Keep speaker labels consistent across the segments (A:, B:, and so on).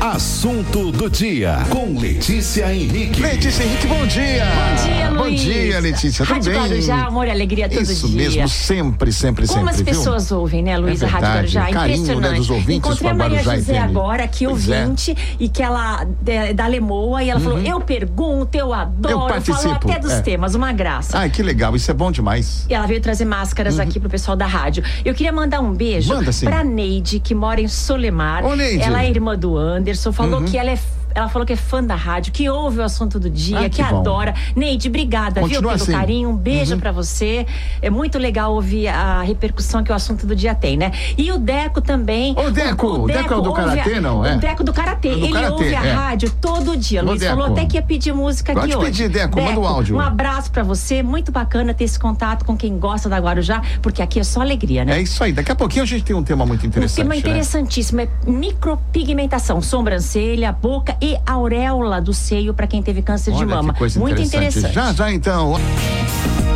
A: Assunto do dia com Letícia Henrique.
B: Letícia Henrique, bom dia.
C: Bom dia,
B: Bom
C: Luiz.
B: dia, Letícia. Tudo
C: Rádio
B: bem?
C: Guarujá, amor e alegria todo
B: Isso
C: dia.
B: mesmo, sempre, sempre,
C: Como
B: sempre.
C: as
B: viu?
C: pessoas ouvem, né, Luiz?
B: É
C: a Rádio
B: verdade,
C: Guarujá,
B: o carinho,
C: impressionante.
B: né, dos ouvintes
C: Encontrei a
B: pra
C: Maria
B: Guarujá
C: José
B: FM.
C: agora, que
B: Pois é.
C: ouvinte, e que ela é da Lemoa, e ela falou: eu pergunto, eu adoro,
B: Eu
C: falo
B: participo,
C: até dos
B: é.
C: temas, uma graça.
B: Ai, que legal, isso é bom demais.
C: E ela veio trazer máscaras aqui pro pessoal da rádio. Eu queria mandar um beijo
B: Uhum. Manda, sim.
C: pra Neide, que mora em Solemar.
B: Ô, Neide. Uhum.
C: Ela é irmã do Anderson, falou que ela é. f- Ela falou que é fã da rádio, que ouve o assunto do dia,
B: Ah, que
C: que,
B: bom.
C: adora. Neide, obrigada, viu,
B: Continua
C: pelo
B: assim.
C: carinho. Um beijo pra você. É muito legal ouvir a repercussão que o assunto do dia tem, né? E o Deco também.
B: Ô, Deco, o Deco é o do
C: ouve a-
B: karatê, não é?
C: O Deco do Karatê.
B: É do
C: Ele
B: karatê,
C: ouve a
B: é.
C: rádio todo dia.
B: Ô,
C: Luiz falou
B: Deco.
C: até que ia pedir música
B: Pode
C: aqui hoje.
B: pedir, Deco, manda o áudio.
C: Um abraço pra você. Muito bacana ter esse contato com quem gosta da Guarujá, porque aqui é só alegria, né?
B: É isso aí. Daqui a pouquinho a gente tem um tema muito
C: Um
B: interessante.
C: tema
B: né?
C: interessantíssimo é micropigmentação, sobrancelha, boca e auréola do seio pra quem teve câncer de
B: Olha
C: mama.
B: que coisa
C: Muito
B: interessante.
C: interessante.
B: Já, já então.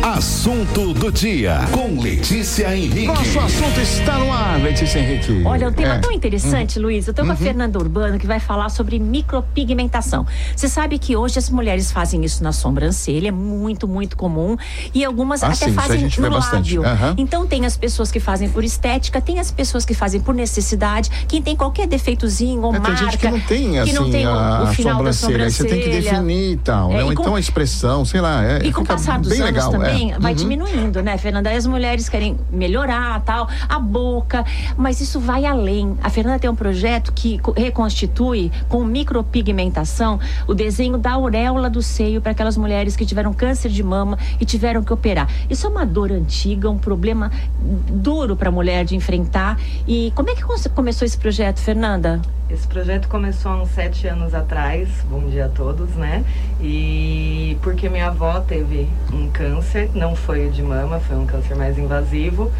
A: Assunto do dia com Letícia Henrique.
B: Nosso assunto está no ar, Letícia Henrique.
C: Olha, um tema
B: É. Uhum.
C: tão interessante, Luiz. Eu tô com a Fernanda Urbano, que vai falar sobre micropigmentação. Você sabe que hoje as mulheres fazem isso na sobrancelha, é muito, muito comum. E algumas
B: Ah,
C: até
B: sim, isso a
C: fazem
B: gente vê
C: no
B: bastante.
C: lábio.
B: Aham.
C: Então tem as pessoas que fazem por estética, tem as pessoas que fazem por necessidade, quem tem qualquer defeitozinho ou
B: É, tem
C: marca.
B: gente que não tem, assim,
C: que não tem o-
B: a,
C: o,
B: a
C: final
B: sobrancelha.
C: da sobrancelha.
B: Aí Você tem que definir e tal.
C: É,
B: né? Ou
C: e com-
B: então a expressão, sei lá. É,
C: E com o
B: fica
C: passar dos
B: bem
C: anos
B: legal,
C: também,
B: é.
C: vai
B: Uhum.
C: diminuindo, né, Fernanda? Aí As mulheres querem melhorar, tal, a boca, mas isso vai além. A Fernanda tem um projeto que co- reconstitui com micropigmentação o desenho da auréola do seio para aquelas mulheres que tiveram câncer de mama e tiveram que operar. Isso é uma dor antiga, um problema duro para a mulher de enfrentar. E como é que cons- começou esse projeto, Fernanda?
D: Esse projeto começou há uns sete anos atrás, bom dia a todos, né? E porque minha avó teve um câncer, não foi o de mama, foi um câncer mais invasivo.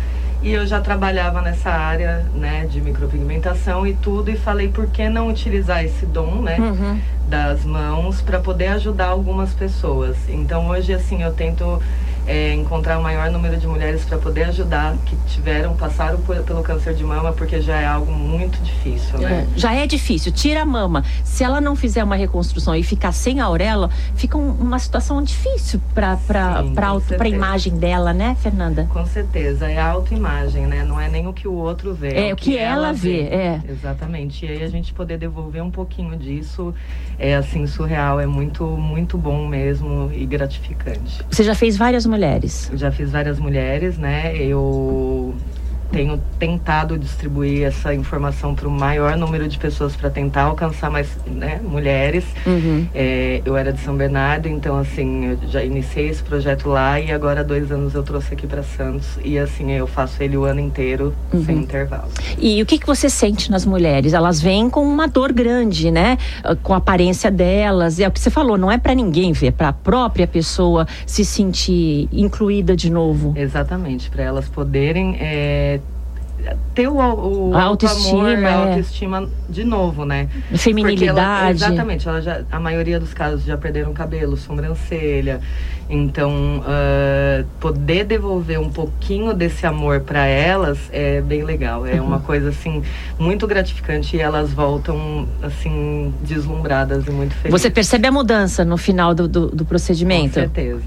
D: E eu já trabalhava nessa área, né, de micropigmentação e tudo, e falei por que não utilizar esse dom, né, das mãos para poder ajudar algumas pessoas. Então hoje, assim, eu tento é, encontrar o maior número de mulheres para poder ajudar que tiveram, passaram por- pelo câncer de mama, porque já é algo muito difícil, né?
C: Já é difícil, tira a mama. Se ela não fizer uma reconstrução e ficar sem a auréola, fica um- uma situação difícil para
D: Sim, com
C: a
D: certeza.
C: imagem dela, né, Fernanda?
D: Com certeza, é a autoimagem, né? Não é nem o que o outro vê.
C: É, o que ela vê, é.
D: Exatamente. E aí a gente poder devolver um pouquinho disso é assim surreal, é muito muito bom mesmo e gratificante.
C: Você já fez várias mulheres.
D: Eu já fiz várias mulheres, né? Eu tenho tentado distribuir essa informação para o maior número de pessoas para tentar alcançar mais né, mulheres. É, eu era de São Bernardo, então assim, eu já iniciei esse projeto lá e agora há dois anos eu trouxe aqui para Santos e assim eu faço ele o ano inteiro sem intervalo.
C: E o que, que você sente nas mulheres? Elas vêm com uma dor grande, né? Ah, Com a aparência delas. É o que você falou, não é para ninguém ver, é para a própria pessoa se sentir incluída de novo.
D: É, Exatamente, para elas poderem é, ter o, o
C: A
D: auto-amor,
C: autoestima,
D: a
C: é.
D: autoestima de novo, né? Porque ela-
C: Feminilidade.
D: exatamente, ela já, a maioria dos casos já perderam cabelo, sobrancelha. Então, ah, poder devolver um pouquinho desse amor para elas é bem legal. É
C: Uhum.
D: uma coisa, assim, muito gratificante e elas voltam, assim, deslumbradas e muito felizes.
C: Você percebe a mudança no final do, do- do
D: é Com
C: procedimento?
D: certeza.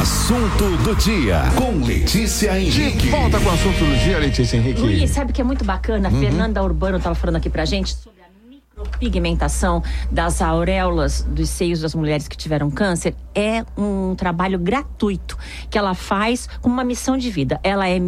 A: Assunto do dia com Letícia
B: De
A: Henrique.
B: volta com o assunto do dia, Letícia Henrique.
C: Luiz, sabe que é muito bacana? A Fernanda Urbano estava falando aqui pra gente sobre a micropigmentação das auréolas dos seios das mulheres que tiveram câncer. É um trabalho gratuito que ela faz com uma missão de vida. Ela é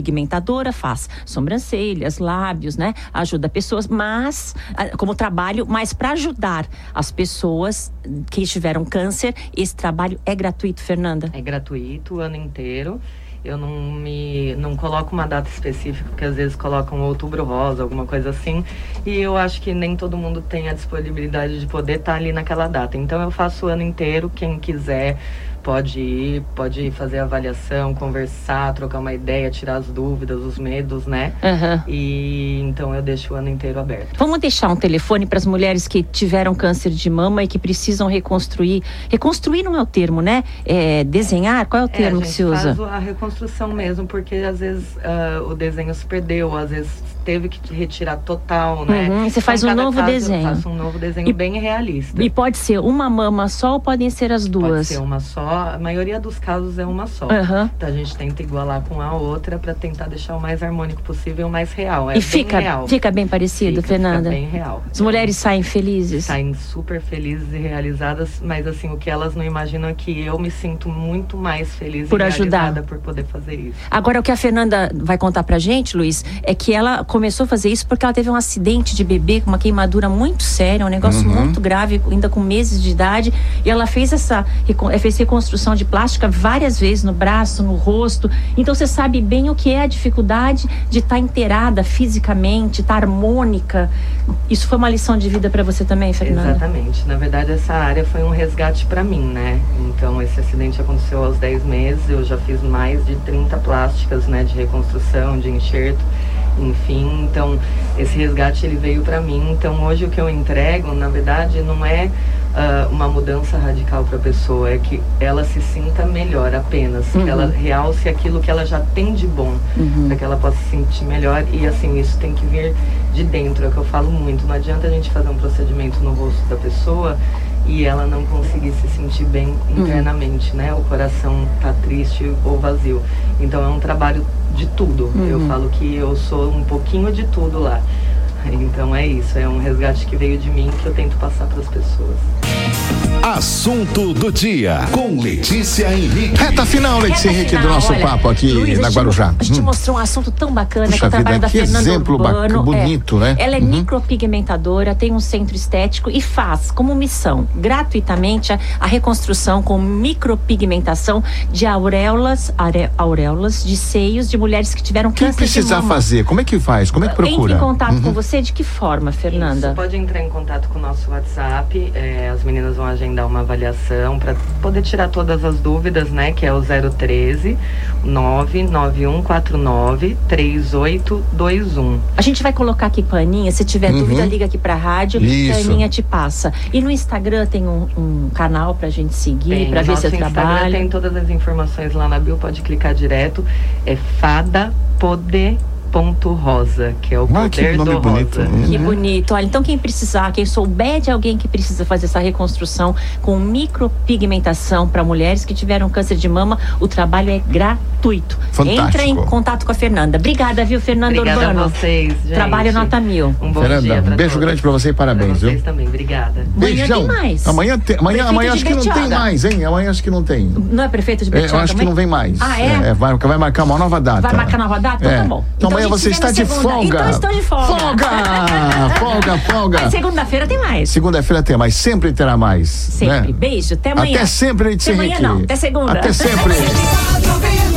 C: micropigmentadora, faz sobrancelhas, lábios, né? Ajuda pessoas, mas ah, como trabalho, mas para ajudar as pessoas que tiveram câncer, esse trabalho é gratuito, Fernanda.
D: É gratuito o ano inteiro. Eu não me não coloco uma data específica, porque às vezes colocam outubro rosa, alguma coisa assim. E eu acho que nem todo mundo tem a disponibilidade de poder estar ali naquela data. Então eu faço o ano inteiro, quem quiser pode ir, pode fazer avaliação, conversar, trocar uma ideia, tirar as dúvidas, os medos, né?
C: Aham.
D: E então eu deixo o ano inteiro aberto.
C: Vamos deixar um telefone para as mulheres que tiveram câncer de mama e que precisam reconstruir. Reconstruir não é o termo, né? É desenhar? Qual é o
D: É,
C: termo
D: a
C: que
D: gente
C: se usa?
D: Faz o- a reconstrução mesmo, porque às vezes ah, o desenho se perdeu, às vezes teve que retirar total, né?
C: Uhum, você faz
D: Então,
C: um
D: cada
C: novo
D: caso
C: desenho.
D: Eu faço um novo desenho
C: E-
D: bem realista.
C: E pode ser uma mama só ou podem ser as
D: Pode
C: duas?
D: ser uma só. A maioria dos casos é uma só.
C: Aham.
D: Então a gente tenta igualar com a outra para tentar deixar o mais harmônico possível, o mais real. É
C: e
D: bem
C: fica
D: real.
C: fica bem parecido,
D: Fica- fica
C: Fernanda?
D: bem real.
C: As mulheres saem felizes?
D: saem super felizes e realizadas, mas assim, o que elas não imaginam é que eu me sinto muito mais feliz
C: Por
D: e
C: ajudar.
D: realizada por poder fazer isso.
C: Agora, o que a Fernanda vai contar pra gente, Luiz, é que ela começou a fazer isso porque ela teve um acidente de bebê com uma queimadura muito séria, um negócio muito grave, ainda com meses de idade. E ela fez essa recon- eh, fez reconstrução de plástica várias vezes no braço, no rosto. Então, você sabe bem o que é a dificuldade de estar inteirada fisicamente, estar harmônica. Isso foi uma lição de vida pra você também, Fernanda?
D: Exatamente. Na verdade, essa área foi um resgate para mim, né? Então, esse acidente aconteceu aos 10 meses, eu já fiz mais de 30 plásticas, né, de reconstrução, de enxerto, enfim. Então, esse resgate ele veio para mim. Então, hoje o que eu entrego, na verdade, não é ah, uma mudança radical para a pessoa, é que ela se sinta melhor apenas, que ela realce aquilo que ela já tem de bom, para que ela possa se sentir melhor e assim isso tem que vir de dentro, é o que eu falo muito. Não adianta a gente fazer um procedimento no rosto da pessoa e ela não conseguir se sentir bem internamente, né? O coração tá triste ou vazio. Então é um trabalho de tudo. Eu falo que eu sou um pouquinho de tudo lá. Então é isso, é um resgate que veio de mim que eu tento passar para as pessoas.
A: Assunto do dia com Letícia Henrique.
B: Reta final, Letícia
C: Reta
B: Henrique, do
C: final,
B: nosso
C: olha,
B: papo aqui
C: Luiz, a
B: na
C: gente-
B: Guarujá.
C: A gente
B: Hum.
C: mostrou um assunto tão bacana
B: Puxa
C: que é o trabalho
B: vida,
C: da
B: que
C: Fernanda
B: exemplo
C: Urbano.
B: bacana, bonito, né?
C: Ela é
B: Uhum.
C: micropigmentadora, tem um centro estético e faz como missão, gratuitamente, a, a reconstrução com micropigmentação de auréolas, are- auréolas de seios de mulheres que tiveram
B: Quem
C: câncer
B: precisar
C: de mama.
B: fazer? Como é que faz? Como é que
C: Entre
B: procura?
C: em contato
B: Uhum.
C: com você de que forma, Fernanda?
D: Isso, pode entrar em contato com o nosso WhatsApp. é, as meninas vão agendar uma avaliação para poder tirar todas as dúvidas, né? Que é o 013 99149 3821.
C: A gente vai colocar aqui paninha. Se tiver
B: Uhum.
C: dúvida, liga aqui pra rádio.
B: Isso.
C: Paninha te passa. E no Instagram tem um, um canal pra gente seguir,
D: Tem,
C: pra
D: o
C: ver
D: nosso
C: seu
D: Instagram
C: trabalho.
D: Tem todas as informações lá na bio, pode clicar direto. É fada poder ponto rosa, que é o
B: Ah, que
D: poder
B: nome
D: do
B: bonito.
D: rosa.
C: Que
B: Uhum.
C: bonito. Olha, então quem precisar, quem souber de alguém que precisa fazer essa reconstrução com micropigmentação para mulheres que tiveram câncer de mama, o trabalho é gratuito.
B: Fantástico.
C: Entra em contato com a Fernanda. Obrigada, viu, Fernanda
D: Obrigada a
C: Urbano.
D: vocês, gente.
C: Trabalho nota mil.
D: Um bom dia
B: Fernanda,
D: pra
B: um beijo
D: todos.
B: grande pra você e
D: Pra
B: parabéns,
D: vocês
B: viu?
D: também, obrigada.
C: Amanhã tem
B: Beijão.
C: mais.
B: Amanhã, tem- amanhã,
C: Prefeito
B: amanhã
C: de
B: acho que não tem
C: Bertioga.
B: mais, hein? Amanhã acho que não tem.
C: Não é prefeito de
B: É, eu
C: Bertioga?
B: acho que
C: mas-
B: não vem mais.
C: Ah, é?
B: vai, vai marcar uma nova data.
C: Vai marcar nova data? Então
B: É.
C: tá bom.
B: Então amanhã
C: a gente
B: você
C: se vê
B: está
C: na
B: de
C: segunda.
B: folga.
C: Então estou de folga.
B: Folga! Folga, folga.
C: Mas Ah, segunda-feira tem mais.
B: Segunda-feira tem mais, sempre terá mais.
C: Sempre.
B: né?
C: Beijo, até amanhã.
B: Até sempre, Letícia
C: Até amanhã
B: Henrique.
C: não, até segunda.
B: Até sempre.
E: Obrigado, Vila.